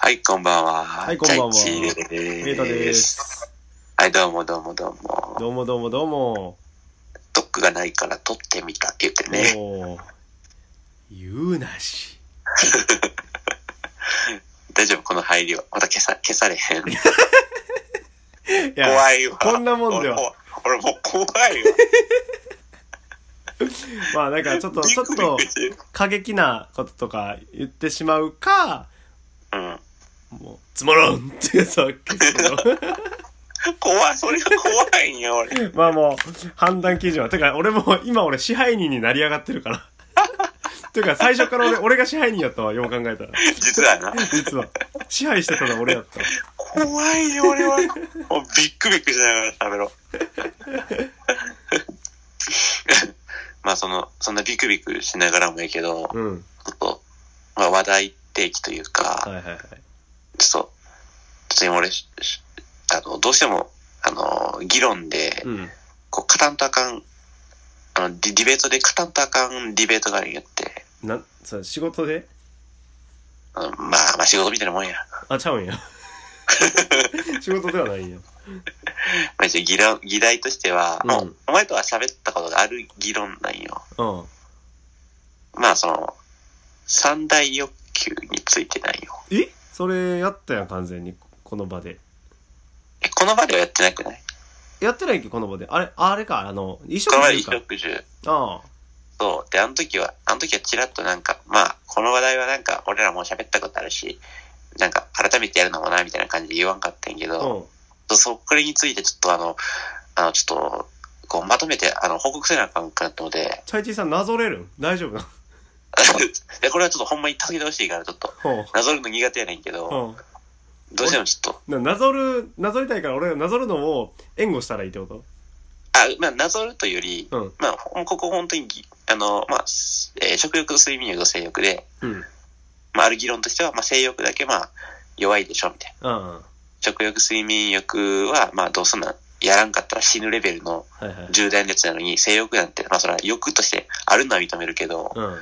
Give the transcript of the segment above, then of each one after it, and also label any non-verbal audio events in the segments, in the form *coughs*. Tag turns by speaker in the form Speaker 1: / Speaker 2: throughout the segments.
Speaker 1: はい、こんばんは。はい
Speaker 2: こんばんは
Speaker 1: ジャイチです。
Speaker 2: メイタです。
Speaker 1: はい、どうもどうもどうも。
Speaker 2: どうもどうもどうも。
Speaker 1: ドックがないから撮ってみたって言ってね。
Speaker 2: おー言うなし。
Speaker 1: 大丈夫この配慮。また消さ、消されへん。
Speaker 2: いや
Speaker 1: 怖いわ。
Speaker 2: こんなもんでは。
Speaker 1: 俺。俺もう怖いわ。
Speaker 2: まあなん *laughs* かちょっと、ちょっ
Speaker 1: びく
Speaker 2: と
Speaker 1: びくしてる
Speaker 2: 過激なこととか言ってしまうか、
Speaker 1: うん。
Speaker 2: もう、つまらんってやつは消す
Speaker 1: 怖い、それが怖いんよ、俺。
Speaker 2: の。 *laughs* まあもう、判断基準は。てか俺も、今俺支配人になり上がってるから。 *laughs* ていうか最初から俺、俺が支配人やったわ、よう考えたら。
Speaker 1: 実はな。
Speaker 2: 実は。支配してたのは俺やったわ。
Speaker 1: 怖いよ、俺は。もうビックビックしながら喋ろう。
Speaker 2: *laughs*
Speaker 1: *laughs* まあ、その、そんなビクビクしながらもいいけど、ちょ
Speaker 2: うん。
Speaker 1: っと、まあ、話題提起というか、
Speaker 2: はいはいは
Speaker 1: ち
Speaker 2: い。
Speaker 1: ょっと、ちょっと今俺、ししあの、どうしても、あの、議論で
Speaker 2: う、ん。
Speaker 1: こう、勝たんとあかん、あの、ディディベートで勝たんとあかんディベートがあるんやって、
Speaker 2: なん、そう、仕事で
Speaker 1: あのまあ、まあ仕事みたいなもんや。
Speaker 2: あ、ちゃうんや。 *laughs* 仕事ではないんや。
Speaker 1: まあ一応議論、議題としては、
Speaker 2: うん
Speaker 1: もうお前とは喋ったことがある議論なんよ。
Speaker 2: うん。
Speaker 1: まあその、三大欲求についてないよ。
Speaker 2: えそれやったやん、完全に。この場で。
Speaker 1: え、この場ではやってなくない
Speaker 2: やってないっけ、この場で。あれ、あれか、あの、衣食
Speaker 1: この場で
Speaker 2: 住
Speaker 1: 一
Speaker 2: か。
Speaker 1: 食住。
Speaker 2: ああ。
Speaker 1: そう。で、あの時は、あの時はちらっとなんか、まあ、この話題はなんか、俺らもう喋ったことあるし、なんか、改めてやるのもな、みたいな感じで言わんかったんやけど、
Speaker 2: う
Speaker 1: そ
Speaker 2: ん。
Speaker 1: うそこれについてちょっとあの、あの、ちょっと、こう、まとめて、あの、報告せなあかんかったので、 *laughs*
Speaker 2: チャイチーさん、なぞれるん大丈夫な
Speaker 1: でこれはちょっとほんまに助けてほしいから、ちょっと、
Speaker 2: ほ
Speaker 1: なぞるの苦手やねんけ
Speaker 2: う
Speaker 1: ど、
Speaker 2: ん。
Speaker 1: どうしてもちょっと、
Speaker 2: な、なぞる、なぞりたいから俺がなぞるのを援護したらいいってこと
Speaker 1: あ、まあ、なぞるというより、
Speaker 2: うん。
Speaker 1: まあ、ほここ本当にぎ、あの、まあ、すえー食欲と睡眠欲と性欲で、
Speaker 2: うん。
Speaker 1: まあ、ある議論としては、まあ、性欲だけ、まあ、弱いでしょ、みたいな。
Speaker 2: うん。は
Speaker 1: 食欲、睡眠欲は、まあ、どうすんな、やらんかったら死ぬレベルの
Speaker 2: いはい。
Speaker 1: 重大なやつなのに、性欲なんて、まあ、それは欲としてあるのは認めるけど、
Speaker 2: うん。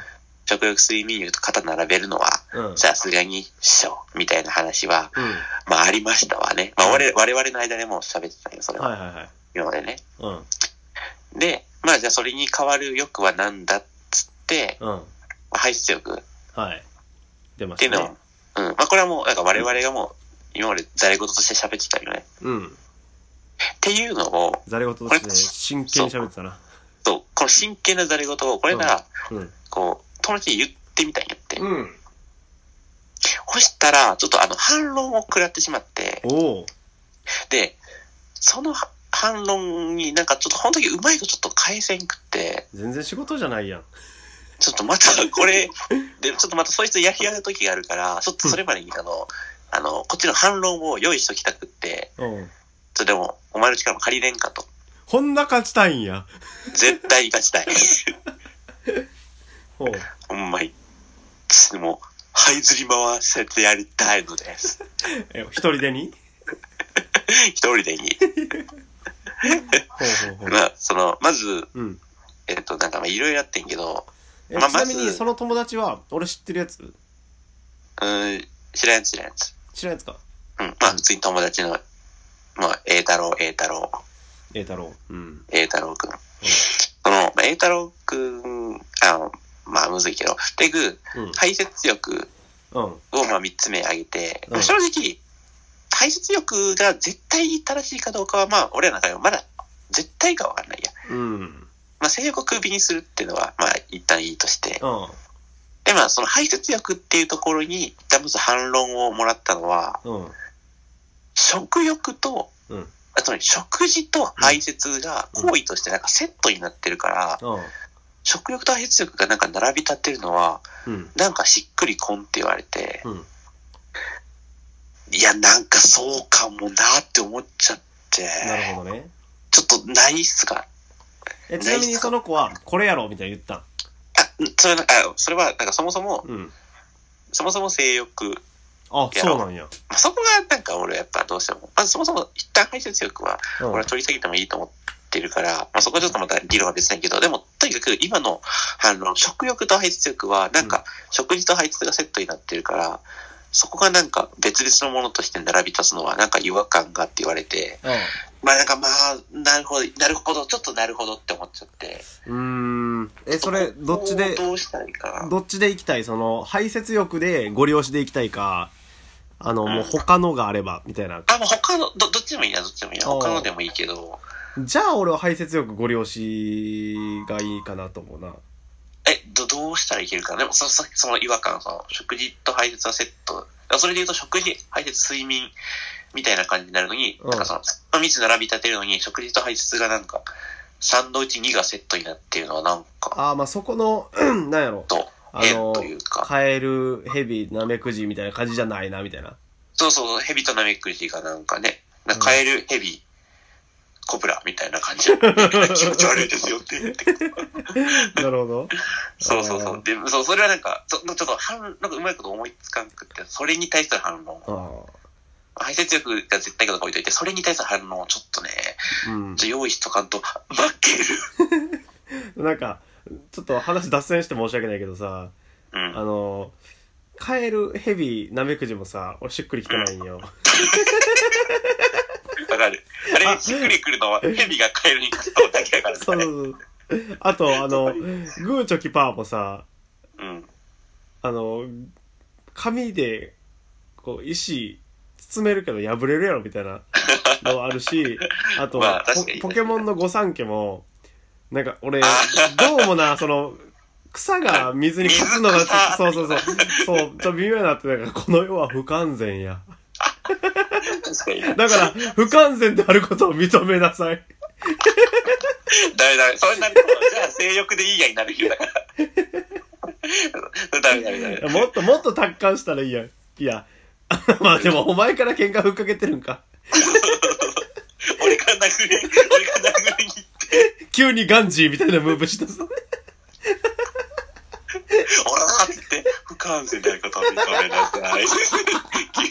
Speaker 1: 食欲、睡眠欲と肩並べるのは、
Speaker 2: うん。
Speaker 1: さすがに、師匠、みたいな話は、
Speaker 2: うん。
Speaker 1: まあ、ありましたわね。まあ、我々我々の間でもう喋ってたよ、それは。
Speaker 2: はいはいはい。
Speaker 1: 今までね。
Speaker 2: うん。
Speaker 1: で、まあ、じゃあ、それに代わる欲は何だっつって、
Speaker 2: うん。
Speaker 1: 排出欲。
Speaker 2: はい。出ま
Speaker 1: ってい
Speaker 2: し
Speaker 1: うの
Speaker 2: た
Speaker 1: は、
Speaker 2: ね。
Speaker 1: うん。まあ、これはもう、なんか我々がもう、今までざれ事として喋ってたよね。
Speaker 2: うん。
Speaker 1: っていうのを、
Speaker 2: ざれ言として真剣に喋ってたな。
Speaker 1: そう、この真剣なざれ事を、これなら、
Speaker 2: うん。
Speaker 1: こう、友達に言ってみたんやって。
Speaker 2: うん。
Speaker 1: そしたら、ちょっとあの、反論を食らってしまって、
Speaker 2: おお。
Speaker 1: で、そのは反論になんかちょっと、本当にうまいことちょっと返せんくって、
Speaker 2: 全然仕事じゃないやん。
Speaker 1: ちょっとまた、これ、で、ちょっとまたそいつやり合う時があるから、ちょっとそれまでに、あの、あの、こっちの反論を用意しときたくって、
Speaker 2: う
Speaker 1: ちょ
Speaker 2: ん。
Speaker 1: っとでも、お前の力も借りれんかと。
Speaker 2: ほんな勝ちたいんや。
Speaker 1: 絶対に勝ちたい。
Speaker 2: ほう。
Speaker 1: ほんまに。でも、はいずり回せてやりたいのです。
Speaker 2: え、一人でに
Speaker 1: 一人でに。
Speaker 2: ほうほうほう。
Speaker 1: まあ、その、まず、
Speaker 2: うん。
Speaker 1: えっ、と、なんか、まあ、いろいろやってんけど、
Speaker 2: え、
Speaker 1: まあ
Speaker 2: ちなみ
Speaker 1: ま
Speaker 2: に、
Speaker 1: ず
Speaker 2: その友達は、俺知ってるやつ
Speaker 1: うーん、知らんやつ知らんやつ。
Speaker 2: 知らんやつか
Speaker 1: うん、まあ、普通に友達の、まあ、栄太郎、栄太郎、
Speaker 2: え太郎。うん。
Speaker 1: 栄太郎くん。その、まあ、栄太郎くん、あの、まあ、むずいけど、でぐ、
Speaker 2: うん。
Speaker 1: 排泄欲
Speaker 2: うん。
Speaker 1: を、まあ、三つ目挙げて、
Speaker 2: うん
Speaker 1: 正直、排泄欲が絶対に正しいかどうかは、まあ、俺らの中でもまだ、絶対かわかんないや。
Speaker 2: うん。
Speaker 1: まあ、性欲をクビにするっていうのは、まあ、一旦いいとして。
Speaker 2: うん。
Speaker 1: で、まあ、その排泄欲っていうところに、一旦まず反論をもらったのは、
Speaker 2: うん。
Speaker 1: 食欲と、
Speaker 2: うん。
Speaker 1: あつまり食事と排泄が行為としてなんかセットになってるから、
Speaker 2: うん。
Speaker 1: 食欲と排泄欲がなんか並び立ってるのは、
Speaker 2: うん。
Speaker 1: なんかしっくりこんって言われて、
Speaker 2: うん。
Speaker 1: いや、なんかそうかもなって思っちゃって、
Speaker 2: なるほどね。
Speaker 1: ちょっとないっすが。
Speaker 2: え、ちなみにその子は、これやろみたいに言ったん。
Speaker 1: あ、それは、あそれはなんかそもそも、
Speaker 2: うん。
Speaker 1: そもそも性欲、
Speaker 2: あ、
Speaker 1: やろ
Speaker 2: そうなんや。
Speaker 1: まあそこがなんか俺やっぱどうしても、まずそもそも一旦排泄欲は
Speaker 2: うん。
Speaker 1: 俺は取り下げてもいいと思ってるから、まあそこはちょっとまた議論は別だけど、でもとにかく今のあの食欲と排泄欲はなんか食事と排泄がセットになってるから、そこがなんか別々のものとして並び立つのはなんか違和感があって言われて、まあなんかまあ、なるほど、なるほど、ちょっとなるほどって思っちゃって。
Speaker 2: うーん。え、それ、どっちで
Speaker 1: こ、こをどうしたらいいかな。
Speaker 2: どっちで行きたいその、排泄欲でご利用しで行きたいか、あの、もう他のがあれば、みたいな。
Speaker 1: あ、もう他の、ど、どっちでもいいな、どっちでもいいな。
Speaker 2: あー
Speaker 1: 他のでもいいけど、
Speaker 2: じゃあ俺は排泄欲ご利用しがいいかなと思うな。
Speaker 1: え、ど、どうしたらいけるかな。でもその、さその違和感、その、食事と排泄はセット。それで言うと、食事、排泄、睡眠みたいな感じになるのに、
Speaker 2: うん
Speaker 1: なんかその、3つ並び立てるのに、食事と排泄がなんか、サンドイッチ2がセットになっていうのはなんか、
Speaker 2: ああ、まあそこの、 *clears throat* なんやろ。
Speaker 1: と、
Speaker 2: あ
Speaker 1: 変
Speaker 2: の
Speaker 1: という、か、
Speaker 2: カエル、ヘビ、ナメクジみたいな感じじゃないな、み
Speaker 1: *laughs*
Speaker 2: たいな。
Speaker 1: そうそう、ヘビとナメクジがなんかね、なんかカエル、ヘビ、コブラみたいな感じ。気持ち悪いですよって言って。
Speaker 2: なるほど。
Speaker 1: そうそう
Speaker 2: あ
Speaker 1: そう
Speaker 2: ー。
Speaker 1: で、そう、それはなんか、ちょちょっと反、なんかうまいこと思いつかんくって、それに対する反論。
Speaker 2: あ
Speaker 1: 排泄力が絶対かどうか置いといて、それに対する反論をちょっとね、
Speaker 2: あ。うん。
Speaker 1: ちょっと用意しとかんと、負ける。
Speaker 2: なんか、ちょっと話脱線して申し訳ないけどさ、
Speaker 1: う
Speaker 2: あ
Speaker 1: ん。
Speaker 2: の、カエル、ヘビ、ナメクジもさ、俺しっくりきてないんよ。
Speaker 1: わかる。あれ、しっくりくるのは、ヘビがカエルに勝っただけだからね。
Speaker 2: そうそうそう。あと、あの、グーチョキパーもさ、
Speaker 1: うん。
Speaker 2: あの、紙で、こう、石、包めるけど破れるやろみたいなのあるし、あと、
Speaker 1: まあ確かに
Speaker 2: ポポケモンの御三家も、なんか俺、
Speaker 1: あ
Speaker 2: どうもな、その、草が水に勝つのが、
Speaker 1: 水草
Speaker 2: そうそうそう、そう、ちょっと微妙になって、なんかこの世は不完全や。
Speaker 1: 確かに。
Speaker 2: だから、不完全であることを認めなさい。
Speaker 1: ダメダメ。そんなこと、じゃあ性欲でいいやになる日だから。ダメダメダメ。
Speaker 2: *laughs* もっともっと達観したらいいやん。いや、 *laughs* まあでもお前から喧嘩ふっかけてるんか。
Speaker 1: 俺が殴り、俺が殴りに行って、
Speaker 2: 急にガンジーみたいなムーブしたさ。
Speaker 1: おらーっつって、不完全であることを認めなさい。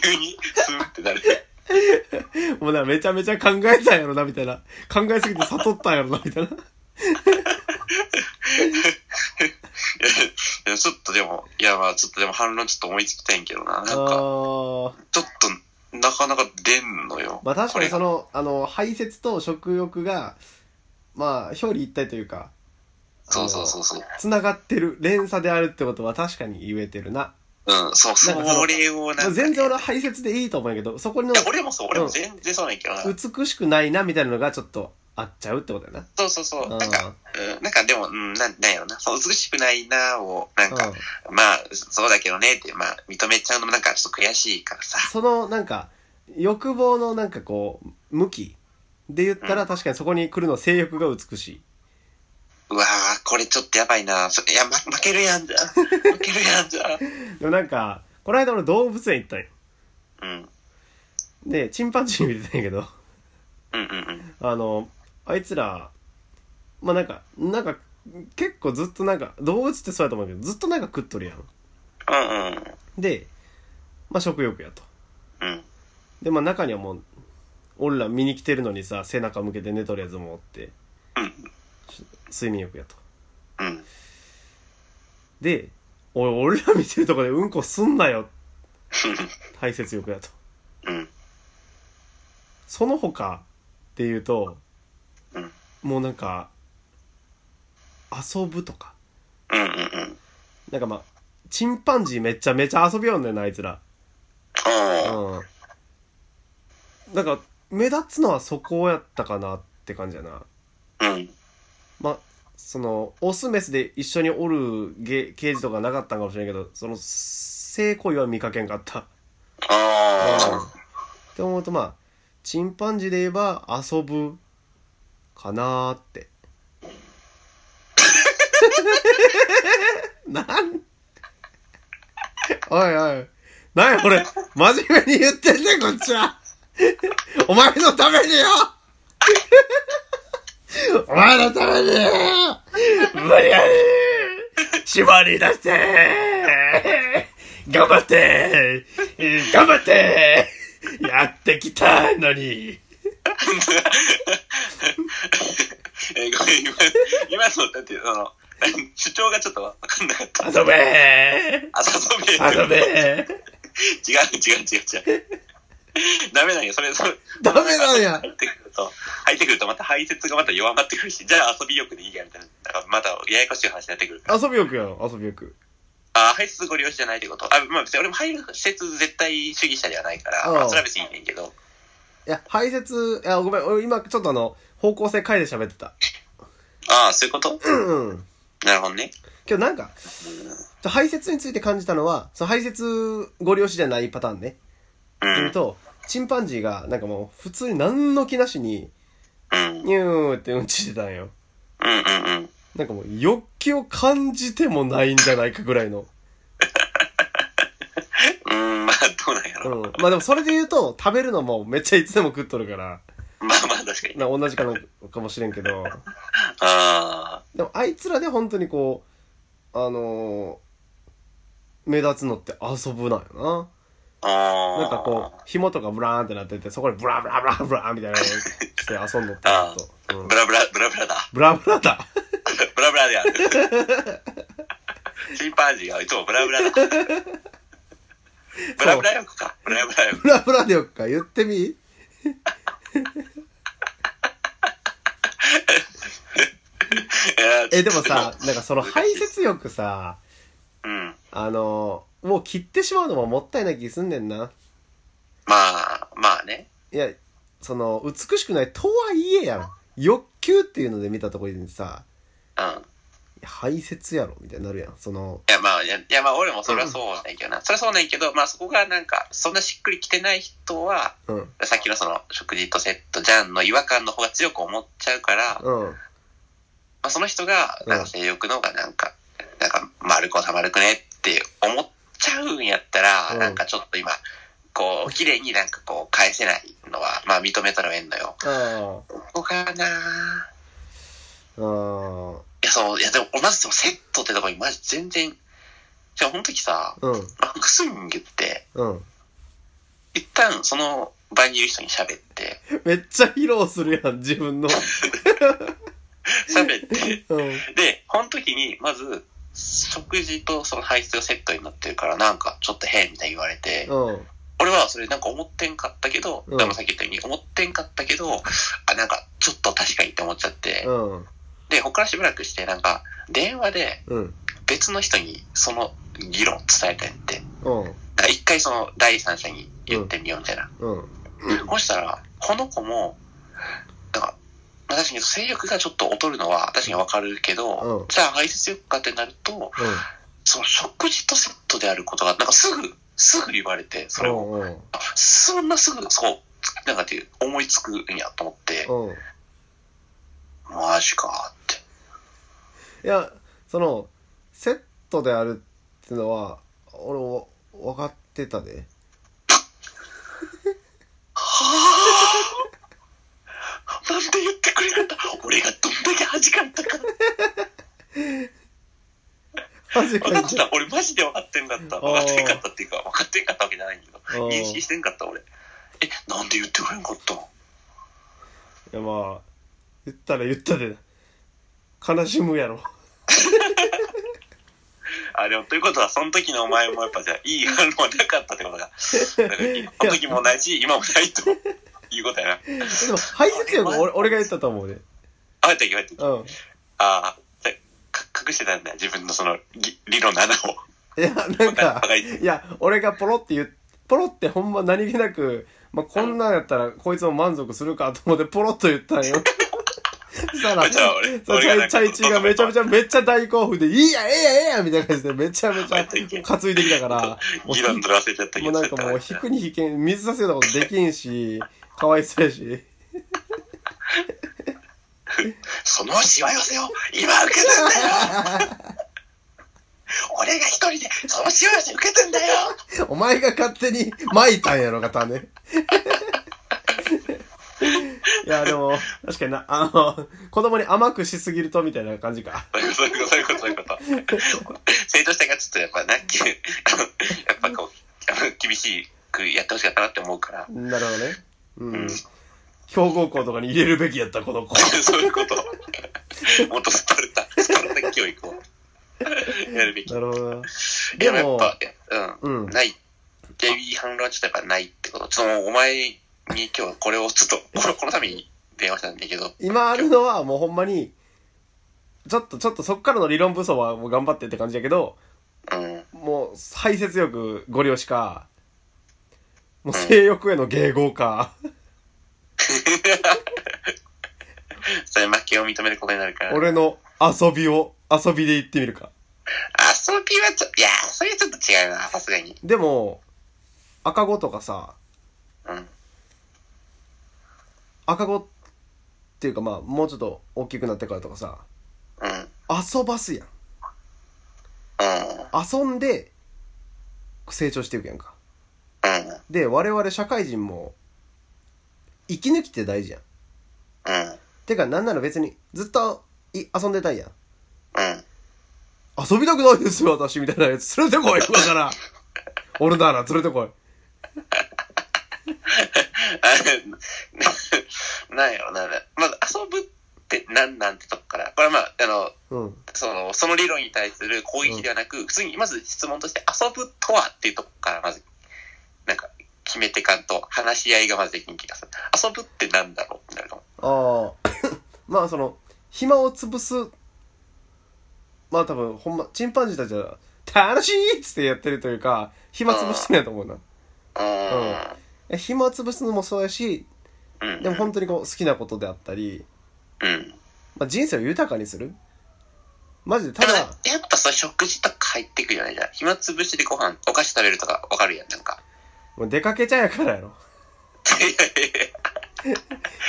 Speaker 1: 急に、スンってなる。
Speaker 2: *laughs* もうな、めちゃめちゃ考えたんやろな、みたいな。考えすぎて悟ったんやろな、
Speaker 1: *laughs*
Speaker 2: みたいな。
Speaker 1: いや、ちょっとでも、いや、まあ、ちょっとでも反論ちょっと思いつきたいんけどな。なん
Speaker 2: あ
Speaker 1: か、
Speaker 2: ー。
Speaker 1: ちょっと、なかなか出んのよ。
Speaker 2: まあ確かにそ
Speaker 1: の、
Speaker 2: の、あの、排泄と食欲が、まあ、表裏一体というか、
Speaker 1: そうそうそうそう。
Speaker 2: つながってる、連鎖であるってことは確かに言えてるな。
Speaker 1: うん、そう、そ
Speaker 2: なんかその
Speaker 1: れをなんか
Speaker 2: まあ
Speaker 1: ね
Speaker 2: 全然俺は排泄でいいと思うんやけど、そこの
Speaker 1: いや俺もそう、俺も
Speaker 2: うん
Speaker 1: 全然そうなんやけどな。
Speaker 2: 美しくないな、みたいなのがちょっとあっちゃうってことやな。
Speaker 1: そうそうそう。
Speaker 2: うん
Speaker 1: なんか、うん、なんかでも、うん、なんなんやろな。そう、美しくないなを、なんか、まあ、そうだけどねって、まあ、認めちゃうのもなんかちょっと悔しいからさ。
Speaker 2: そのなんか欲望のなんかこう向きで言ったら確かにそこに来るのは性欲が美しいう
Speaker 1: わぁ、これちょっとやばいなそいや、ま、負けるやんじゃん。負けるやんじゃん。
Speaker 2: でもなんかこの間俺動物園行ったんよ
Speaker 1: うん。
Speaker 2: でチンパンジー見てたんやけど *laughs*
Speaker 1: うんうんうん。
Speaker 2: あのあいつらまあなんかなんか結構ずっとなんか動物ってそうやと思うけどずっとなんか食っとるやん
Speaker 1: うんうん。
Speaker 2: でまあ食欲やと
Speaker 1: うん。
Speaker 2: でまあ中にはもう俺ら見に来てるのにさ背中向けて寝とるやつもおって
Speaker 1: うん。
Speaker 2: 睡眠欲やと
Speaker 1: うん。
Speaker 2: でおい俺ら見てるとこでうんこすん
Speaker 1: *laughs*
Speaker 2: なよ排泄欲だと
Speaker 1: うん。
Speaker 2: その他っていうと、
Speaker 1: うん
Speaker 2: もうなんか遊ぶとか
Speaker 1: うんうんうん。
Speaker 2: なんかまあチンパンジーめっちゃめちゃ遊びよんねんなあいつら
Speaker 1: あ
Speaker 2: うんなんか目立つのはそこやったかなって感じやな
Speaker 1: あ。うん。
Speaker 2: まあそのオスメスで一緒におるゲケージとかなかったんかもしれんけどその性行為は見かけんかった
Speaker 1: あ
Speaker 2: って思うとまあチンパンジーで言えば遊ぶかなーって *laughs* なんおいおいなんや俺真面目に言ってんねんこっちはお前のためによお前のためによ無理やり縛り出して頑張って頑張ってやってきたのに
Speaker 1: *laughs* えーごめん、今、今の、だって、その、 *laughs* 主張がちょっとわかんなかった。
Speaker 2: 遊べ
Speaker 1: 遊べ
Speaker 2: 遊べ
Speaker 1: 違う違う違う違う。ダメなんよ、それ、それ
Speaker 2: ダメなんや
Speaker 1: 入ってくると、入ってくるとまた排泄がまた弱まってくるし、じゃあ遊び欲でいいや、みたいな。だからまたややこしい話になってくるから。
Speaker 2: 遊び欲やろ、遊び欲。
Speaker 1: あ、排出ご利用しじゃないってこと。あ、まあ別に俺も排泄絶対主義者ではないから、
Speaker 2: うん
Speaker 1: まあそれは別にいいねんけど。
Speaker 2: いや、排泄、いや、ごめん、俺今ちょっとあの、方向性変えて喋ってた。
Speaker 1: ああ、そういうこと
Speaker 2: うんうん。
Speaker 1: なるほどね。
Speaker 2: けどなんか、ちょ排泄について感じたのは、その排泄ご利用しじゃないパターンね。
Speaker 1: う。
Speaker 2: 言うんと、チンパンジーが、なんかもう、普通に何の気なしに、
Speaker 1: うん。
Speaker 2: ニューってうんちしてたんよ。
Speaker 1: うんうんうん。
Speaker 2: なんかもう、欲求を感じてもないんじゃないかぐらいの。
Speaker 1: うん、まあどうなんや
Speaker 2: う
Speaker 1: ろ。
Speaker 2: ん。まあでも、それで言うと、食べるのもめっちゃいつでも食っとるから、
Speaker 1: まあまあ確かに。
Speaker 2: な同じかのかもしれんけど、
Speaker 1: あ
Speaker 2: でも、あいつらで本当にこう、あのー目立つのって遊ぶなんよ
Speaker 1: あ。あ
Speaker 2: な。
Speaker 1: あ。
Speaker 2: なんかこう、紐とかブラーンってなってて、そこでブラブラブラブラみたいなのして遊んどって
Speaker 1: あ
Speaker 2: ず
Speaker 1: あ
Speaker 2: っと。うん
Speaker 1: ブラブラ、ブラブラだ。 *laughs*
Speaker 2: ブラブラだ *laughs*
Speaker 1: ブラブラである。チンパンジーがいつもブラブラだ。ブラブラ欲か。ブラブラ欲。
Speaker 2: ブラブラでよっか言ってみえ、でもさ、なんかその排泄欲さ、
Speaker 1: うん。
Speaker 2: あの、もう切ってしまうのももったいない気すんねんな。
Speaker 1: まあ、まあね。
Speaker 2: いや、その、美しくないとはいえやん。欲求っていうので見たところにさ、
Speaker 1: うん。
Speaker 2: 排泄やろみたいになるやん。その、
Speaker 1: いや、まあ、いや、いやまあ、俺もそれはそうなんやけどな。それはそうなんやけど、まあ、そこがなんか、そんなしっくりきてない人は、
Speaker 2: うん、
Speaker 1: さっきのその、食事とセットじゃんの違和感の方が強く思っちゃうから、ま
Speaker 2: うん。
Speaker 1: あ、その人が、なんか性欲の方がなんか、なんか、丸く収まるくねって思っちゃうんやったら、
Speaker 2: うん
Speaker 1: なんかちょっと今、こう、綺麗になんかこう、返せないのは、まあ、認めたらええのよ。
Speaker 2: あ
Speaker 1: ここかな
Speaker 2: あ、あ
Speaker 1: いや、そう、いや、でも、まずそのセットってとこに、まず全然、じゃあ、ほんときさ、
Speaker 2: あ、うん、
Speaker 1: マックスイングって、
Speaker 2: うん。
Speaker 1: 一旦その場にいる人に喋って、
Speaker 2: めっちゃ披露するやん、自分の。
Speaker 1: 喋
Speaker 2: *laughs*
Speaker 1: って、
Speaker 2: うん。
Speaker 1: で、この時に、まず、食事とその排出がセットになってるから、なんかちょっと変みたいに言われて、
Speaker 2: うん。
Speaker 1: 俺はそれなんか思ってんかったけど、
Speaker 2: うん
Speaker 1: でもさっき言ったように思ってんかったけど、あ、なんかちょっと確かにって思っちゃって、
Speaker 2: うん。
Speaker 1: で、ここからしばらくして、なんか、電話で
Speaker 2: うん。
Speaker 1: 別の人にその議論伝えたんやって、
Speaker 2: うん。
Speaker 1: なんか一回その第三者に言ってみようみたいな。
Speaker 2: うん。
Speaker 1: そしたら、この子も、なんか、まあ、確かに性欲がちょっと劣るのは確かにわかるけど、
Speaker 2: うん
Speaker 1: じゃあ排泄欲かってなると、その食事とセットであることが、なんかすぐ、すぐ言われて、それを、
Speaker 2: うん。うん。
Speaker 1: あそんなすぐ、そう、なんかっていう、思いつくんやと思って、
Speaker 2: うん。
Speaker 1: マジかって。
Speaker 2: *laughs* いやそのセットであるってのは俺わ分かってたで
Speaker 1: はぁなんて言ってくれるんだ俺がどんだけ恥かいたか。
Speaker 2: 恥
Speaker 1: *laughs* 分
Speaker 2: か
Speaker 1: か
Speaker 2: い
Speaker 1: ってた。俺マジで分かってんかった。分かってんかったっていうか、分かってんかったわけじゃないんだけど。
Speaker 2: うん
Speaker 1: 認識してんかった俺えなんで言ってくれんかったん
Speaker 2: いやまあ言ったら言ったで悲しむや
Speaker 1: *laughs*
Speaker 2: ろ
Speaker 1: あでもということはその時のお前もやっぱじゃあいい反応はなかったってことだだからその時もないし今もないということや
Speaker 2: *laughs*
Speaker 1: な
Speaker 2: えでも排泄欲俺俺が言ったと思うで
Speaker 1: あ入ったき入った
Speaker 2: うん
Speaker 1: ああじゃあ隠してたんだよ自分のその理理論の穴を
Speaker 2: いやなんか
Speaker 1: お互い
Speaker 2: いや俺がポロって言っポロってほんま何気なく、まあ、こんなんやったらこいつも満足するかと思ってポロっと言った
Speaker 1: *laughs*
Speaker 2: んよしたら
Speaker 1: じゃあ俺
Speaker 2: そう
Speaker 1: 俺
Speaker 2: チ
Speaker 1: が
Speaker 2: ャ
Speaker 1: な
Speaker 2: イ
Speaker 1: ん
Speaker 2: チ
Speaker 1: か
Speaker 2: ャイチがめちゃめちゃめっちゃ大興奮で「いいやええやええや」みたいな感じでめち
Speaker 1: *laughs*
Speaker 2: ゃめちゃ担いできたからもう
Speaker 1: 議論取らせちゃったけ
Speaker 2: もう
Speaker 1: ど
Speaker 2: なんかもう引くに引けん水させたことできんしかわいそうやし
Speaker 1: *laughs* そのしわ寄せを今受けたんだよ
Speaker 2: *laughs*
Speaker 1: 俺が一人でそのしわ寄せ受けてんだよ
Speaker 2: お前が勝手に撒いたんやろが *laughs* 種いやでも確かになあの子供に甘くしすぎるとみたいな感じか
Speaker 1: そういうこと、そういうこと、そういうこと、そういうこと。成長したからちょっとやっぱな、きやっぱこう、あの厳しくやってほしかったなって思うから。
Speaker 2: なるほどねうん、
Speaker 1: うん
Speaker 2: 強豪校とかに入れるべきやったこの子
Speaker 1: そういう
Speaker 2: *laughs*
Speaker 1: こと。もっとスパルタ、スパルタ教育をやるべき。い
Speaker 2: なるほどな
Speaker 1: や、
Speaker 2: で
Speaker 1: やっ
Speaker 2: も
Speaker 1: ぱ、うん、
Speaker 2: うん
Speaker 1: ない。デイビー反論ちょっとやっぱないってこと。ちょっともうお前に今日これをちょっと、このこのために電話したんだけど、
Speaker 2: 今あるのはもうほんまに、ちょっとちょっとそっからの理論武装はもう頑張ってって感じやけど、
Speaker 1: うん。
Speaker 2: もう排泄よくご利用しか、もう性欲への迎合か。
Speaker 1: それ負けを認めることになるから。
Speaker 2: 俺の遊びを遊びで言ってみるか
Speaker 1: 遊びはちょ、いや、それはちょっと違うな、さすがに。
Speaker 2: でも赤子とかさ
Speaker 1: うん。
Speaker 2: 赤子っていうかまあもうちょっと大きくなってからとかさ
Speaker 1: うん。
Speaker 2: 遊ばすやん
Speaker 1: うん。
Speaker 2: 遊んで成長していくやんか
Speaker 1: うん。
Speaker 2: で我々社会人も息抜きって大事やん
Speaker 1: うん。
Speaker 2: てかなんなら別にずっとい遊んでたいやん
Speaker 1: うん。 *laughs*
Speaker 2: 遊びたくないですよ私みたいなやつ連れてこいだから俺なら連れてこい
Speaker 1: あなんやろな、まず遊ぶってなんなんてとこから、これはまあ、あの、
Speaker 2: うん
Speaker 1: その、その理論に対する攻撃ではなく、普通にまず質問として遊ぶとはっていうとこからまず、なんか、決めてかんと話し合いがまずできん気がする。遊ぶってなんだろうってなるかも。
Speaker 2: ああ *laughs* まあその暇を潰すまあ多分ほんまチンパンジーたちは楽しいっつってやってるというか暇潰してないと思うな
Speaker 1: うー
Speaker 2: え暇潰すのもそうやし
Speaker 1: ん。うん。
Speaker 2: でも本当にこう好きなことであったり、
Speaker 1: うん。
Speaker 2: まあ、人生を豊かにするマジでた
Speaker 1: ただ、
Speaker 2: だ
Speaker 1: やっぱさ、食事とか入ってくるよね。じゃあ暇つぶしでご飯、お菓子食べるとかわかるやん、なんか。 *laughs*
Speaker 2: もう出かけちゃうやからやろ
Speaker 1: いやいやいや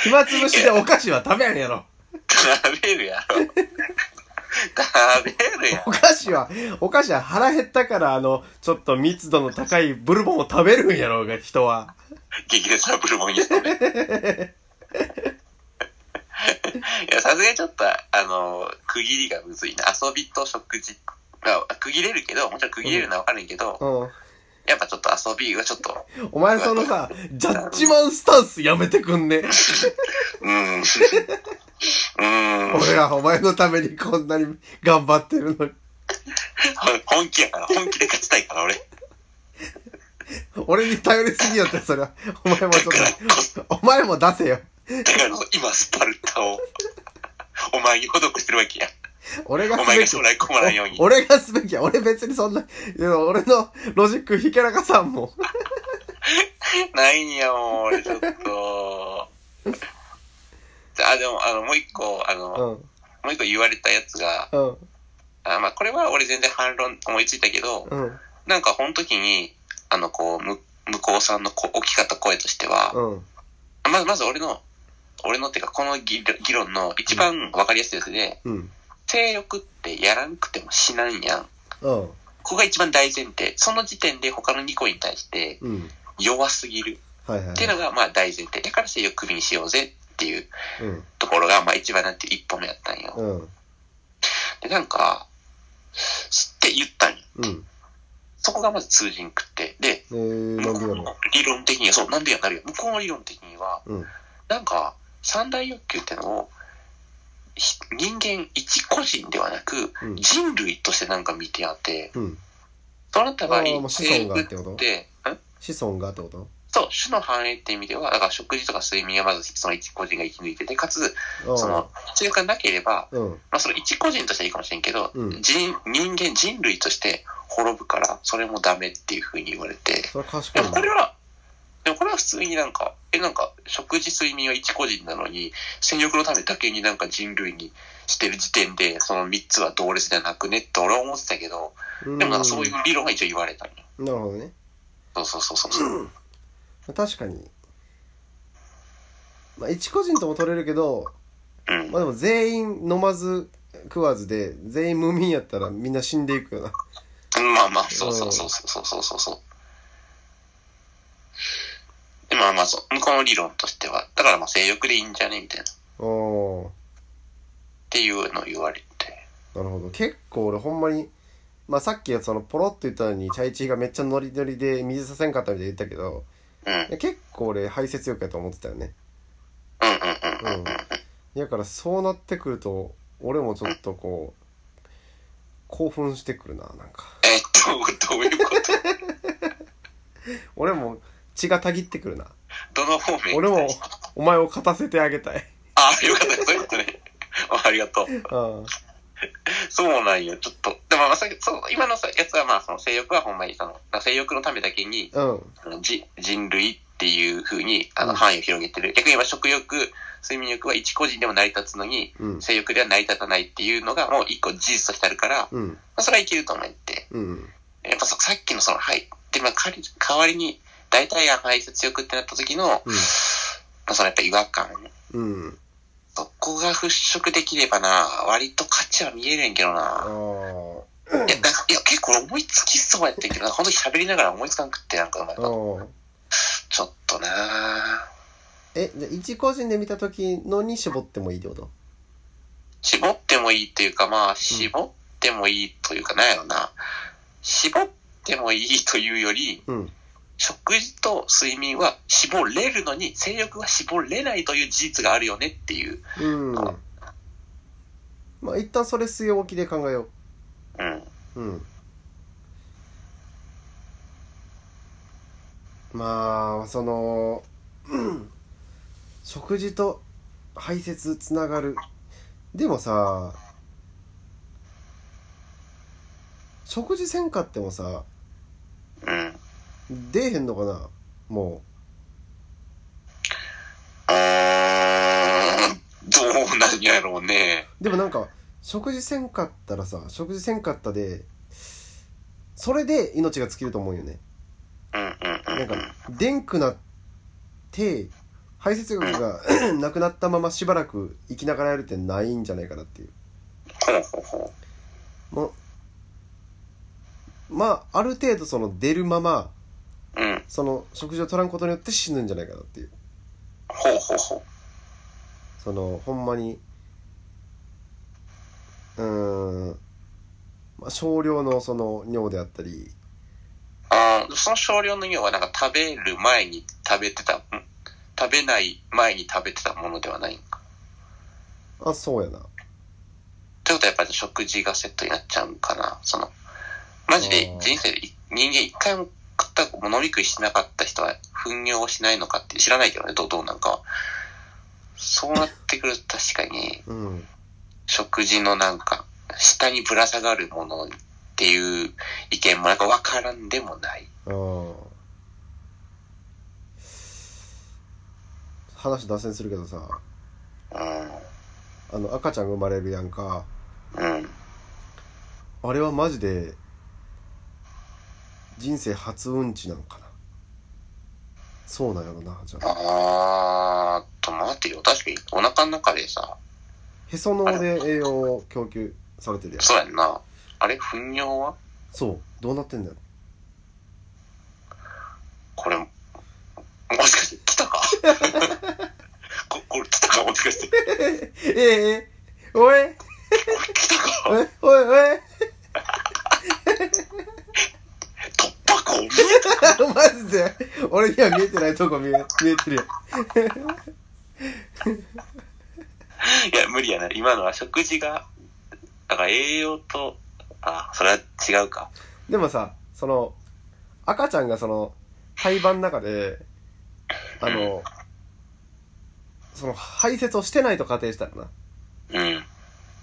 Speaker 2: 暇潰しでお菓子は食べやんやろ
Speaker 1: 食べるやろ。食べるや
Speaker 2: お菓子はお菓子は腹減ったからあのちょっと密度の高いブルボンを食べるんやろうが人は
Speaker 1: 激烈なブルボンにしたねいや、さすがにちょっと、あの、区切りがむずいな。遊びと食事。まあ、区切れるけど、もちろん区切れるのはわかるんやけど、
Speaker 2: うん
Speaker 1: やっぱちょっと遊びはちょっと、
Speaker 2: お前そのさ、ジャッジマンスタンスやめてくんね。
Speaker 1: うん。うん。
Speaker 2: 俺らお前のためにこんなに頑張ってるのに。
Speaker 1: 本気やから、本気で勝ちたいから、俺。
Speaker 2: 俺に頼りすぎよって、それは。お前もちょっと、お前も出せよ。
Speaker 1: だから、今、スパルタを、お前に施してるわけや。
Speaker 2: 俺が
Speaker 1: お
Speaker 2: す
Speaker 1: 前
Speaker 2: べ
Speaker 1: が
Speaker 2: き
Speaker 1: 将。来困らんよう
Speaker 2: *laughs*
Speaker 1: に。
Speaker 2: お俺がすべきや。俺別にそんな、いや俺のロジックひけらかさんも。
Speaker 1: ないんやもん、俺ちょっと。じゃあ、でも、あの、もう一個、あの、
Speaker 2: う
Speaker 1: も
Speaker 2: ん、
Speaker 1: う一個言われたやつが、
Speaker 2: うん、
Speaker 1: あまあ、これは俺全然反論思いついたけど、
Speaker 2: うん、
Speaker 1: なんか、この時に、あの、こう、む、向こうさんのこう大きかった声としては、
Speaker 2: うん、
Speaker 1: まず、まず俺の、俺のっていうか、この議論議論の一番わかりやすいやつで、
Speaker 2: うん、
Speaker 1: 性欲ってやらんくても死なんやん。
Speaker 2: うん、
Speaker 1: ここが一番大前提。その時点で他の2個に対して
Speaker 2: うん。
Speaker 1: 弱すぎる。
Speaker 2: はいはい、
Speaker 1: っていう
Speaker 2: は
Speaker 1: のが、まあ大前提。だから性欲首にしようぜっていう
Speaker 2: い。うん、
Speaker 1: ところが、まあ一番なんて一歩目やったんよ。
Speaker 2: うん、
Speaker 1: で、なんか、すって言ったんよ。
Speaker 2: うん。
Speaker 1: そこがまず通じんくって。で、
Speaker 2: えー、
Speaker 1: 向
Speaker 2: なん
Speaker 1: こ
Speaker 2: でや
Speaker 1: う
Speaker 2: ろ
Speaker 1: の理論的には、そう、なんでやなるよ。向こうの理論的には、
Speaker 2: う。うん、
Speaker 1: なんか、三大欲求ってのを、ひ人間一個人ではなく、
Speaker 2: うん、
Speaker 1: 人類としてなんか見てあって、
Speaker 2: うん。
Speaker 1: そうなった場
Speaker 2: あーも
Speaker 1: 合、
Speaker 2: う子孫が
Speaker 1: 性
Speaker 2: ってこと
Speaker 1: 欲って、ん
Speaker 2: 子孫がってこと
Speaker 1: そう、種の繁栄って意味では、だから食事とか睡眠はまずその一個人が生き抜いてて、かつ、その、性欲がなければ、
Speaker 2: うん、うん。
Speaker 1: まあ、それ一個人としてはいいかもしれんけど、
Speaker 2: うん
Speaker 1: 人人間人類として滅ぶからそれもダメっていうふうに言われて
Speaker 2: それは賢
Speaker 1: で
Speaker 2: い
Speaker 1: もこ
Speaker 2: な
Speaker 1: れはでもこれは普通になんかえなんか食事睡眠は一個人なのに戦力のためだけになんか人類にしてる時点でその3つは同列じゃなくねって俺は思ってたけど
Speaker 2: うん
Speaker 1: でもなんかそういう理論が一応言われたんよ
Speaker 2: なるほどね
Speaker 1: そうそうそうそう
Speaker 2: 確かにまあ一個人とも取れるけど、
Speaker 1: うん
Speaker 2: まあ、でも全員飲まず食わずで全員無眠やったらみんな死んでいくよな *laughs*
Speaker 1: まあまあ、そうそうそうそうそうそうそう。で、まあまあそう、向こうの理論としては、だからまあ性欲でいいんじゃねみたいな、っ
Speaker 2: おー
Speaker 1: ていうのを言われて。
Speaker 2: なるほど結構俺ほんまにまあさっきそのポロッと言ったのにチャイチーがめっちゃノリノリで水させんかったみたいに言ったけど
Speaker 1: うん、うん
Speaker 2: いや結構俺排泄欲やと思ってたよね
Speaker 1: うんうんうんうん。
Speaker 2: うんだからそうなってくると俺もちょっとこう興奮してくるななんか
Speaker 1: えっと、どういうこと
Speaker 2: 俺も血がたぎってくるな。
Speaker 1: *laughs* どの方面
Speaker 2: 俺も、お前を勝たせてあげたい。
Speaker 1: ああ、よかったです、そういうことね。 *laughs* あありがとう。
Speaker 2: うん。
Speaker 1: そうなんよ、ちょっと。でも、まあ、さそう今のさやつは、まあ、その性欲はほんまに、その、性欲のためだけに、
Speaker 2: うん。
Speaker 1: あのじ人類っていう風に、あ
Speaker 2: う
Speaker 1: の、
Speaker 2: ん
Speaker 1: 範囲を広げてる。逆に言えば、食欲、睡眠欲は一個人でも成り立つのに、
Speaker 2: うん。
Speaker 1: 性欲では成り立たないっていうのが、もう一個事実としてあるから、ま
Speaker 2: うん。
Speaker 1: あそれはいけると思って。
Speaker 2: うん。
Speaker 1: やっぱそさっきのその、はい。で、まあ、かり代わりに、代替案排泄欲ってなった時の、まあ、そのやっぱ違和感。
Speaker 2: うん。うん。
Speaker 1: そこが払拭できればな、割と価値は見えるんやけど
Speaker 2: あ
Speaker 1: な。
Speaker 2: ー
Speaker 1: いや、なんかいや結構思いつきそうやってんけどな、ほんと喋りながら思いつかんくって、なんかうま
Speaker 2: あ
Speaker 1: く、
Speaker 2: ー。
Speaker 1: ちょっとな
Speaker 2: え、じゃあ一個人で見た時のに絞ってもいいってこと
Speaker 1: 絞ってもいいというか、まあ、絞ってもいいというか、なんやろな。絞ってもいいというより、
Speaker 2: うん。
Speaker 1: 食事と睡眠は絞れるのに、性欲は絞れないという事実があるよねっていう。
Speaker 2: うん。まあ一旦それ据え置きで考えよ
Speaker 1: うん。
Speaker 2: う。うん。まあ、その、うん食事と排泄つながる。でもさ、食事せんかってもさ、
Speaker 1: うん。う
Speaker 2: 出えへんのかなも
Speaker 1: ーん。どうなんやろうね。
Speaker 2: う。でもなんか、食事せんかったらさ、食事せんかったで、それで命が尽きると思うよね。
Speaker 1: うんうん
Speaker 2: な
Speaker 1: うんん
Speaker 2: か
Speaker 1: うん。、
Speaker 2: でんくなって、排泄力がなくなったまましばらく生きながらやるってないんじゃないかなっていう。
Speaker 1: ほうほうほ
Speaker 2: もう、まあ、ある程度その出るまま、
Speaker 1: う。うん。
Speaker 2: その食事を取らんことによって死ぬんじゃないかなっていう。
Speaker 1: ほうほうほ
Speaker 2: その、ほんまに、うーん、まあ、少量のその尿であったり、
Speaker 1: う。あーその少量の量はなんか食べる前に食べてた、ん食べない前に食べてたものではないんか。
Speaker 2: あ、そうやな。
Speaker 1: ということはやっぱり食事がセットになっちゃうんかな。その、マジで
Speaker 2: あー
Speaker 1: 人生でい人間一回も食った、飲み食いしなかった人は糞尿をしないのかって知らないけどね、どう、どうなんかは。そうなってくると確かに、
Speaker 2: うん。
Speaker 1: 食事のなんか、下にぶら下がるものっていう意見もなんかわからんでもない。
Speaker 2: うん話脱線するけどさ
Speaker 1: う
Speaker 2: あの赤ちゃん生まれるやんか
Speaker 1: ん。うん。
Speaker 2: あれはマジで人生初うんちなのかなそうなんやろなじゃあ
Speaker 1: あーっと、待てよ。確かに、お腹の中でさ、
Speaker 2: へその緒で栄養を供給されてるやん
Speaker 1: そうやんな。あれ糞尿は
Speaker 2: そうどうなってんだよ
Speaker 1: これ、もしかして、来たか *laughs* ここれ来たかもしかして。こ
Speaker 2: ええええ *laughs* おいえ
Speaker 1: れ来たか
Speaker 2: おいおい *laughs*
Speaker 1: 突破口見え
Speaker 2: マジで俺には見えてないとこ見え見えてるやん
Speaker 1: たいや、無理やな。今のは食事が、だから栄養と、あ、それは違うか。
Speaker 2: でもさ、その、赤ちゃんがその、胎盤の中で、あの、その、排泄をしてないと仮定したらな。
Speaker 1: うん。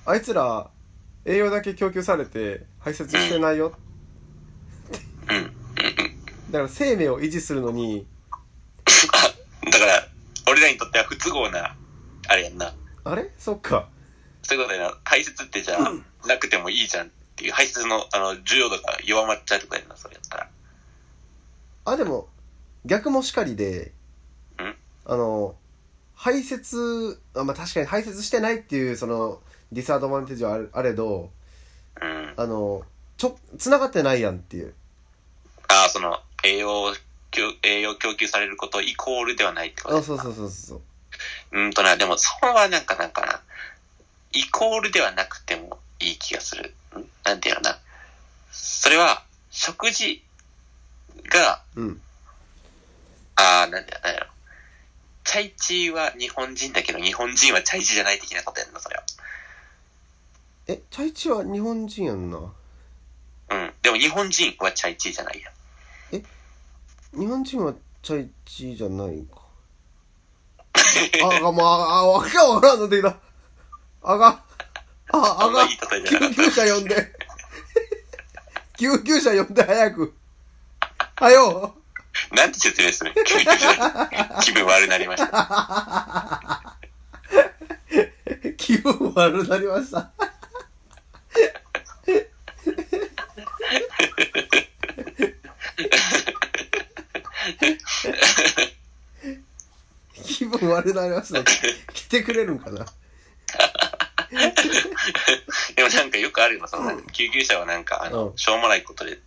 Speaker 2: あいつら、栄養だけ供給されて、排泄してないよ。
Speaker 1: うん。うん。うん。
Speaker 2: だから生命を維持するのに、
Speaker 1: あ、だから、俺らにとっては不都合な、あれやんな。
Speaker 2: あれそっか。
Speaker 1: そういうことやな。排泄ってじゃあ、なくてもいいじゃんっていう、排泄の、あの、重要度が弱まっちゃうとかやんな、それやったら。
Speaker 2: あ、でも、逆もしかりで
Speaker 1: うん、
Speaker 2: あの、排泄、あまあ、確かに排泄してないっていう、その、ディスアドバンテージはあるあれど、
Speaker 1: うん。
Speaker 2: あの、ちょ、繋がってないやんっていう。
Speaker 1: ああ、その、栄養、供栄養供給されることイコールではないってこと
Speaker 2: あ、そう
Speaker 1: う。
Speaker 2: そうそうそうそう。
Speaker 1: うんとな、でも、そこはなんかなんかな、イコールではなくてもいい気がする。んなんていうのかな。それは、食事が、
Speaker 2: うん。
Speaker 1: ああ、なんだ、なんやろ。チャイチーは日本人だけど、日本人はチャイチーじゃない的なことやんな、それは。
Speaker 2: え、チャイチは日本人やんな。
Speaker 1: うん。でも日本人はチャイチーじゃないやん。
Speaker 2: 日本人はチャイチじゃない
Speaker 1: *laughs*
Speaker 2: んか。あが、まあ、あ、わけがわからんのできた。あが、あ、あ
Speaker 1: あんま
Speaker 2: が
Speaker 1: いい例え、じゃなか
Speaker 2: 救
Speaker 1: った
Speaker 2: 急車呼んで。救急車呼んで早く。はよ。
Speaker 1: なんて説明する救
Speaker 2: *laughs*
Speaker 1: 急車気分悪なりました。
Speaker 2: 気分悪なりました。気分悪なりました。来てくれるんかな。
Speaker 1: でもなんかよくあるよ、その救急車はなんか、あの、
Speaker 2: うん
Speaker 1: しょうもないことで、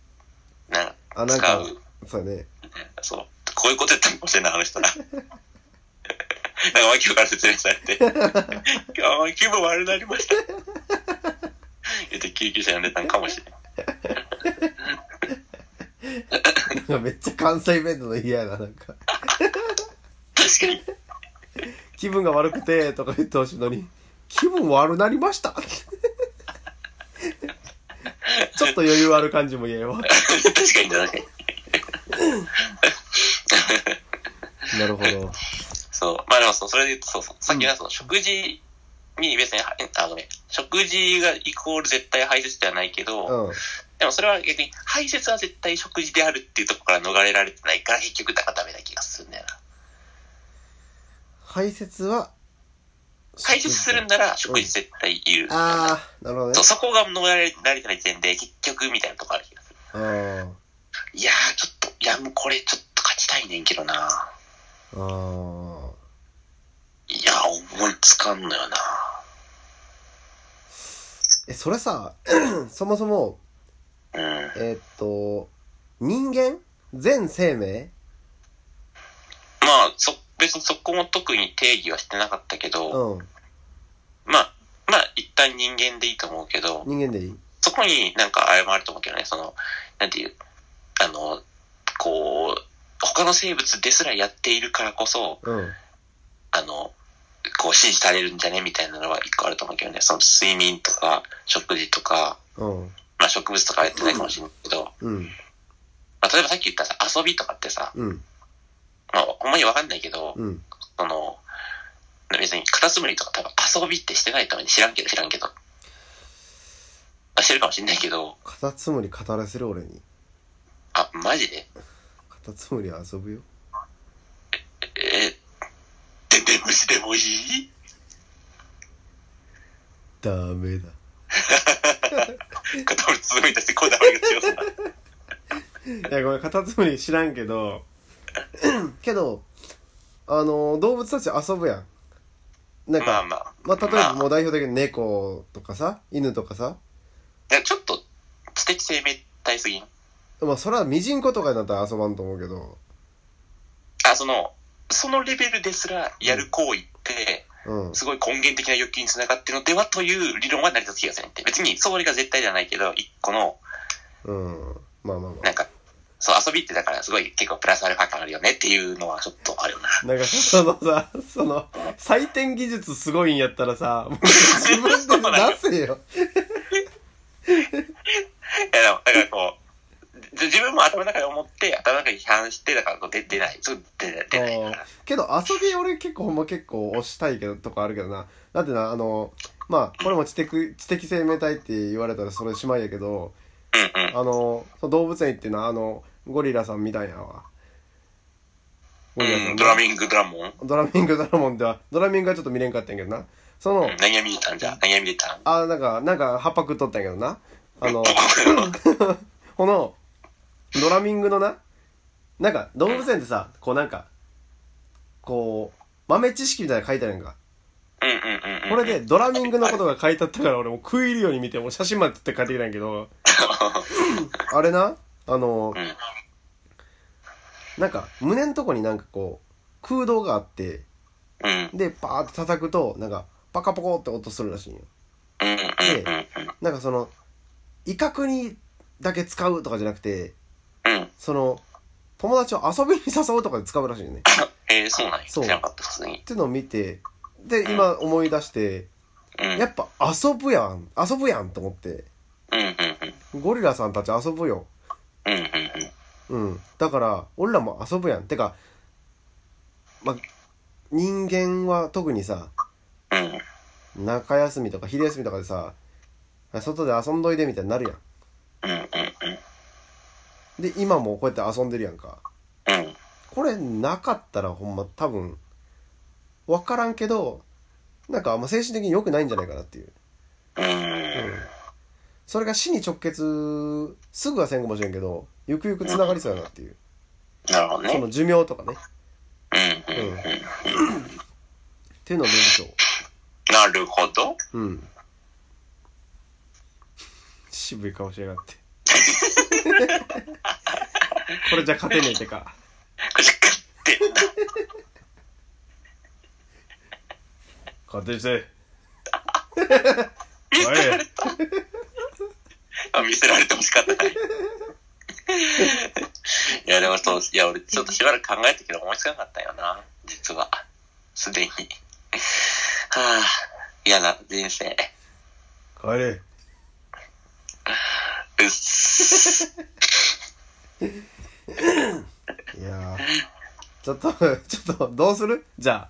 Speaker 1: なん
Speaker 2: あ、
Speaker 1: か、
Speaker 2: なん
Speaker 1: 使
Speaker 2: か
Speaker 1: う。、
Speaker 2: そうだね。
Speaker 1: そう。こういうことやったのかもしれない、あの人ら。なんか、わけわからん説明されて。ああ、気分悪なりました。言って救急車呼んでたのかもしれない。
Speaker 2: なんかめっちゃ関西弁なの嫌やな、なんか。
Speaker 1: 確かに。
Speaker 2: 気分が悪くて、 *laughs* とか言ってほしいのに、気分悪なりました。 *laughs* ちょっと余裕ある感じも言えば。
Speaker 1: 確かに、確かに。
Speaker 2: なるほど。
Speaker 1: そう。まあでもそう、それで言うと、そうそう。さっきのその食事に別に、はあのね、食事がイコール絶対排泄ではないけど、
Speaker 2: うん。
Speaker 1: でもそれは逆に排泄は絶対食事であるっていうところから逃れられてないから結局だからダメな気がするんだよな。
Speaker 2: 排泄は、
Speaker 1: 排泄するんなら食事絶対いる。
Speaker 2: ああ、なるほどね
Speaker 1: そう。そこが逃れられてない時点で結局みたいなとこある気がする。
Speaker 2: あ
Speaker 1: いやーちょっと、いやもうこれちょっと勝ちたいねんけどな。
Speaker 2: あ、ああ。
Speaker 1: いやー思いつかんのよな。
Speaker 2: え、それさ、 *coughs* そもそも、
Speaker 1: うん。
Speaker 2: えーっと、人間全生命
Speaker 1: まあ、そ、別にそこも特に定義はしてなかったけど、
Speaker 2: うん。
Speaker 1: まあ、まあ、一旦人間でいいと思うけど、
Speaker 2: 人間でいい
Speaker 1: そこになんかあれもあると思うけどね、その、なんていう、あの、こう、他の生物ですらやっているからこそ、
Speaker 2: うん。
Speaker 1: あの、こう、支持されるんじゃねみたいなのは一個あると思うけどね、その睡眠とか、食事とか、
Speaker 2: うん。
Speaker 1: まあ植物とかはやってないかもしれないけど、
Speaker 2: うん。
Speaker 1: まあ例えばさっき言ったさ、遊びとかってさ、
Speaker 2: うん。
Speaker 1: まあほんまにわかんないけど、
Speaker 2: うん。
Speaker 1: その、別にカタツムリとか多分遊びってしてないために知らんけど知らんけど。まあ、してるかもしんないけど、
Speaker 2: カタツムリ語らせる俺に。
Speaker 1: あ、マジで
Speaker 2: カタツムリは遊ぶよ。
Speaker 1: え、でんでん虫でもいい
Speaker 2: ダメだ。
Speaker 1: カタツムリ続いたしてこだわりが強そうだ。
Speaker 2: いや、ごめん、カタツムリ知らんけど、 *laughs* けど、あの、動物たち遊ぶやん。 *laughs* なん
Speaker 1: まあ
Speaker 2: か、
Speaker 1: まあ。
Speaker 2: まあ、例えばも
Speaker 1: ま
Speaker 2: う代表的に猫とかさ、犬とかさ、
Speaker 1: あちょっと知的生命体すぎん。
Speaker 2: まあ、それはミジンコとかになったら遊ばんと思うけど、
Speaker 1: あ、その、そのレベルですらやる行為って、
Speaker 2: うん。
Speaker 1: すごい根源的な欲求につながってるのではという理論は成り立つ気がするんで。別に、それが絶対じゃないけど、一個の、
Speaker 2: うん。まあまあま
Speaker 1: なんか、そう、遊びってだからすごい結構プラスアルファ感あるよねっていうのはちょっとあるよな。
Speaker 2: あ。なんかさ、そのさ、その、採点技術すごいんやったらさ、もう自分で出せよ。
Speaker 1: いや、でもだからこう、じ自分も頭の中で思って、頭の中に批判して、だからこう出出ない。そう出ない出ないから。
Speaker 2: けど遊び俺結構ほんま結構推したいけどとかあるけどなだってなあのまあこれも知的知的生命体って言われたらそれしまいやけど
Speaker 1: うんうん。
Speaker 2: あのその動物園行ってなあのゴリラさんみたいやわゴリラさんな、
Speaker 1: うん、ドラミングドラモン。うん
Speaker 2: ドラミングドラモンではドラミングはちょっと見れんかったんやけどなその
Speaker 1: 何が見れたんじゃ何が見れたん
Speaker 2: あなんかなんか葉っぱ食っとったんやけどなあのこのドラミングのななんか動物園ってさこうなんかこう豆知識みたいなの書いてあるやんか
Speaker 1: うんうんうんうん。
Speaker 2: これで。ドラミングのことが書いてあったから俺も食い入るように見てもう写真まで撮って帰ってきたんやけどあれなあの
Speaker 1: うん。
Speaker 2: なんか胸のとこになんかこう空洞があって
Speaker 1: うん。うん
Speaker 2: でパーって叩くとなんかパカパコって音するらしいんよ
Speaker 1: うんうんうん
Speaker 2: なんかその威嚇にだけ使うとかじゃなくて
Speaker 1: うん。うん。
Speaker 2: その友達を遊びに誘うとかで使うらしいよね
Speaker 1: えー、そうなんや。知
Speaker 2: そう
Speaker 1: らなかった、普通に
Speaker 2: っ。てのを見てで今思い出して
Speaker 1: うん。うんうん
Speaker 2: やっぱ遊ぶやん遊ぶやんと思って
Speaker 1: うん。
Speaker 2: ゴリラさんたち遊ぶよ
Speaker 1: うんうんうん。
Speaker 2: うん。だから、俺らも遊ぶやん。てか、ま、人間は特にさ、
Speaker 1: うん。
Speaker 2: 中休みとか昼休みとかでさ、外で遊んどいでみたいになるやん。
Speaker 1: うんうん
Speaker 2: で、今もこうやって遊んでるやんか。
Speaker 1: うん。うん。
Speaker 2: これなかったらほんま多分、わからんけど、なんかあんま精神的に良くないんじゃないかなっていう。
Speaker 1: うん。
Speaker 2: それが死に直結すぐはせんかもしれんけど、ゆくゆく繋がりそうやなっていう。
Speaker 1: なるほどね。
Speaker 2: その寿命とかね。
Speaker 1: うん
Speaker 2: う。
Speaker 1: うんんう
Speaker 2: っ
Speaker 1: ん。
Speaker 2: ていうのはどうでしょ
Speaker 1: なるほど。
Speaker 2: う。うん。渋い顔しやがって。これじゃ勝てねえってか。
Speaker 1: くじかって。
Speaker 2: 勝手にして。
Speaker 1: 見せられた。あ *laughs* 見せられても仕方ない。いや、でもそう、いや、俺ちょっとしばらく考えたけど思いつかなかったよな。実は。すでに。はあ、嫌な人生。
Speaker 2: 帰れ。
Speaker 1: うっす。
Speaker 2: いやーちょっと *laughs* ちょっとどうするじゃ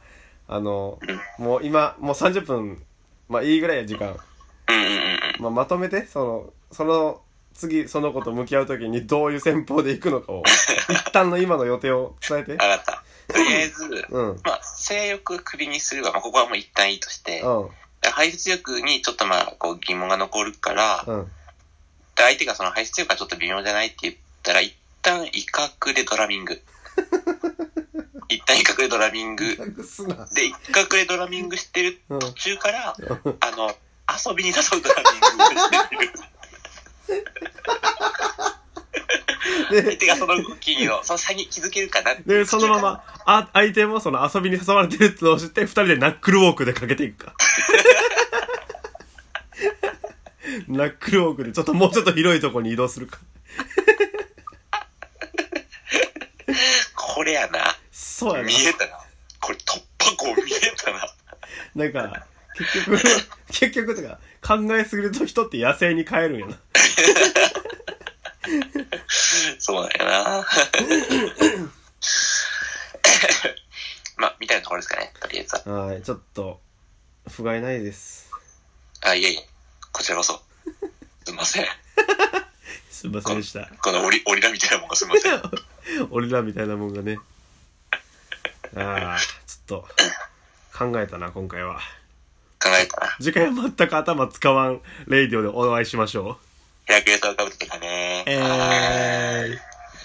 Speaker 2: ああのもう今もう30分まあいいぐらいや時間、
Speaker 1: うんうんうんうん。
Speaker 2: まあ、まとめてそのその次その子と向き合う時にどういう戦法で行くのか *laughs* を一旦の今の予定を伝えて
Speaker 1: わかった。とりあえず、
Speaker 2: うんうん
Speaker 1: まあ、性欲クビにするは、まあ、ここはもう一旦いいとして、排出欲にちょっとまあ、こう疑問が残るから、
Speaker 2: うん
Speaker 1: で相手がその排出欲がちょっと微妙じゃないって言ったら、一旦威嚇でドラミン
Speaker 2: *laughs*
Speaker 1: グ。一旦威嚇でドラミング。
Speaker 2: 隠すな
Speaker 1: で、威嚇でドラミングしてる
Speaker 2: うん
Speaker 1: 途中から、
Speaker 2: うん
Speaker 1: あの、遊びに誘うドラミング。相
Speaker 2: で
Speaker 1: 手がその動きを、その差に気づけるかなって
Speaker 2: でそのままあ相手もその遊びに誘われてるってのを知って二人でナックルウォークでかけていくか *laughs* ナックルウォークでちょっともうちょっと広いとこに移動するか
Speaker 1: これやな。
Speaker 2: そうやな
Speaker 1: 見。えたな。これ突破口見えたな。
Speaker 2: なんか、結局、 *laughs* 結局とか、考えすぎると人って野生に帰るんやな。
Speaker 1: そうだよな。まあ、みたいなところですかね、とりあえずは。
Speaker 2: はい、ちょっと、不甲斐ないです。
Speaker 1: あ、いえいえ、こちらこそ。すいません。
Speaker 2: すいませんでした。 *laughs*
Speaker 1: この折り、折りだみたいなもんがすいません。
Speaker 2: 俺らみたいなもんがね。ああ、ちょっと、考えたな、今回は。
Speaker 1: 考えたな。
Speaker 2: 次回は全く頭使わんレイディオでお会いしましょう。
Speaker 1: ヘラクレスをかぶってたね。
Speaker 2: えーい。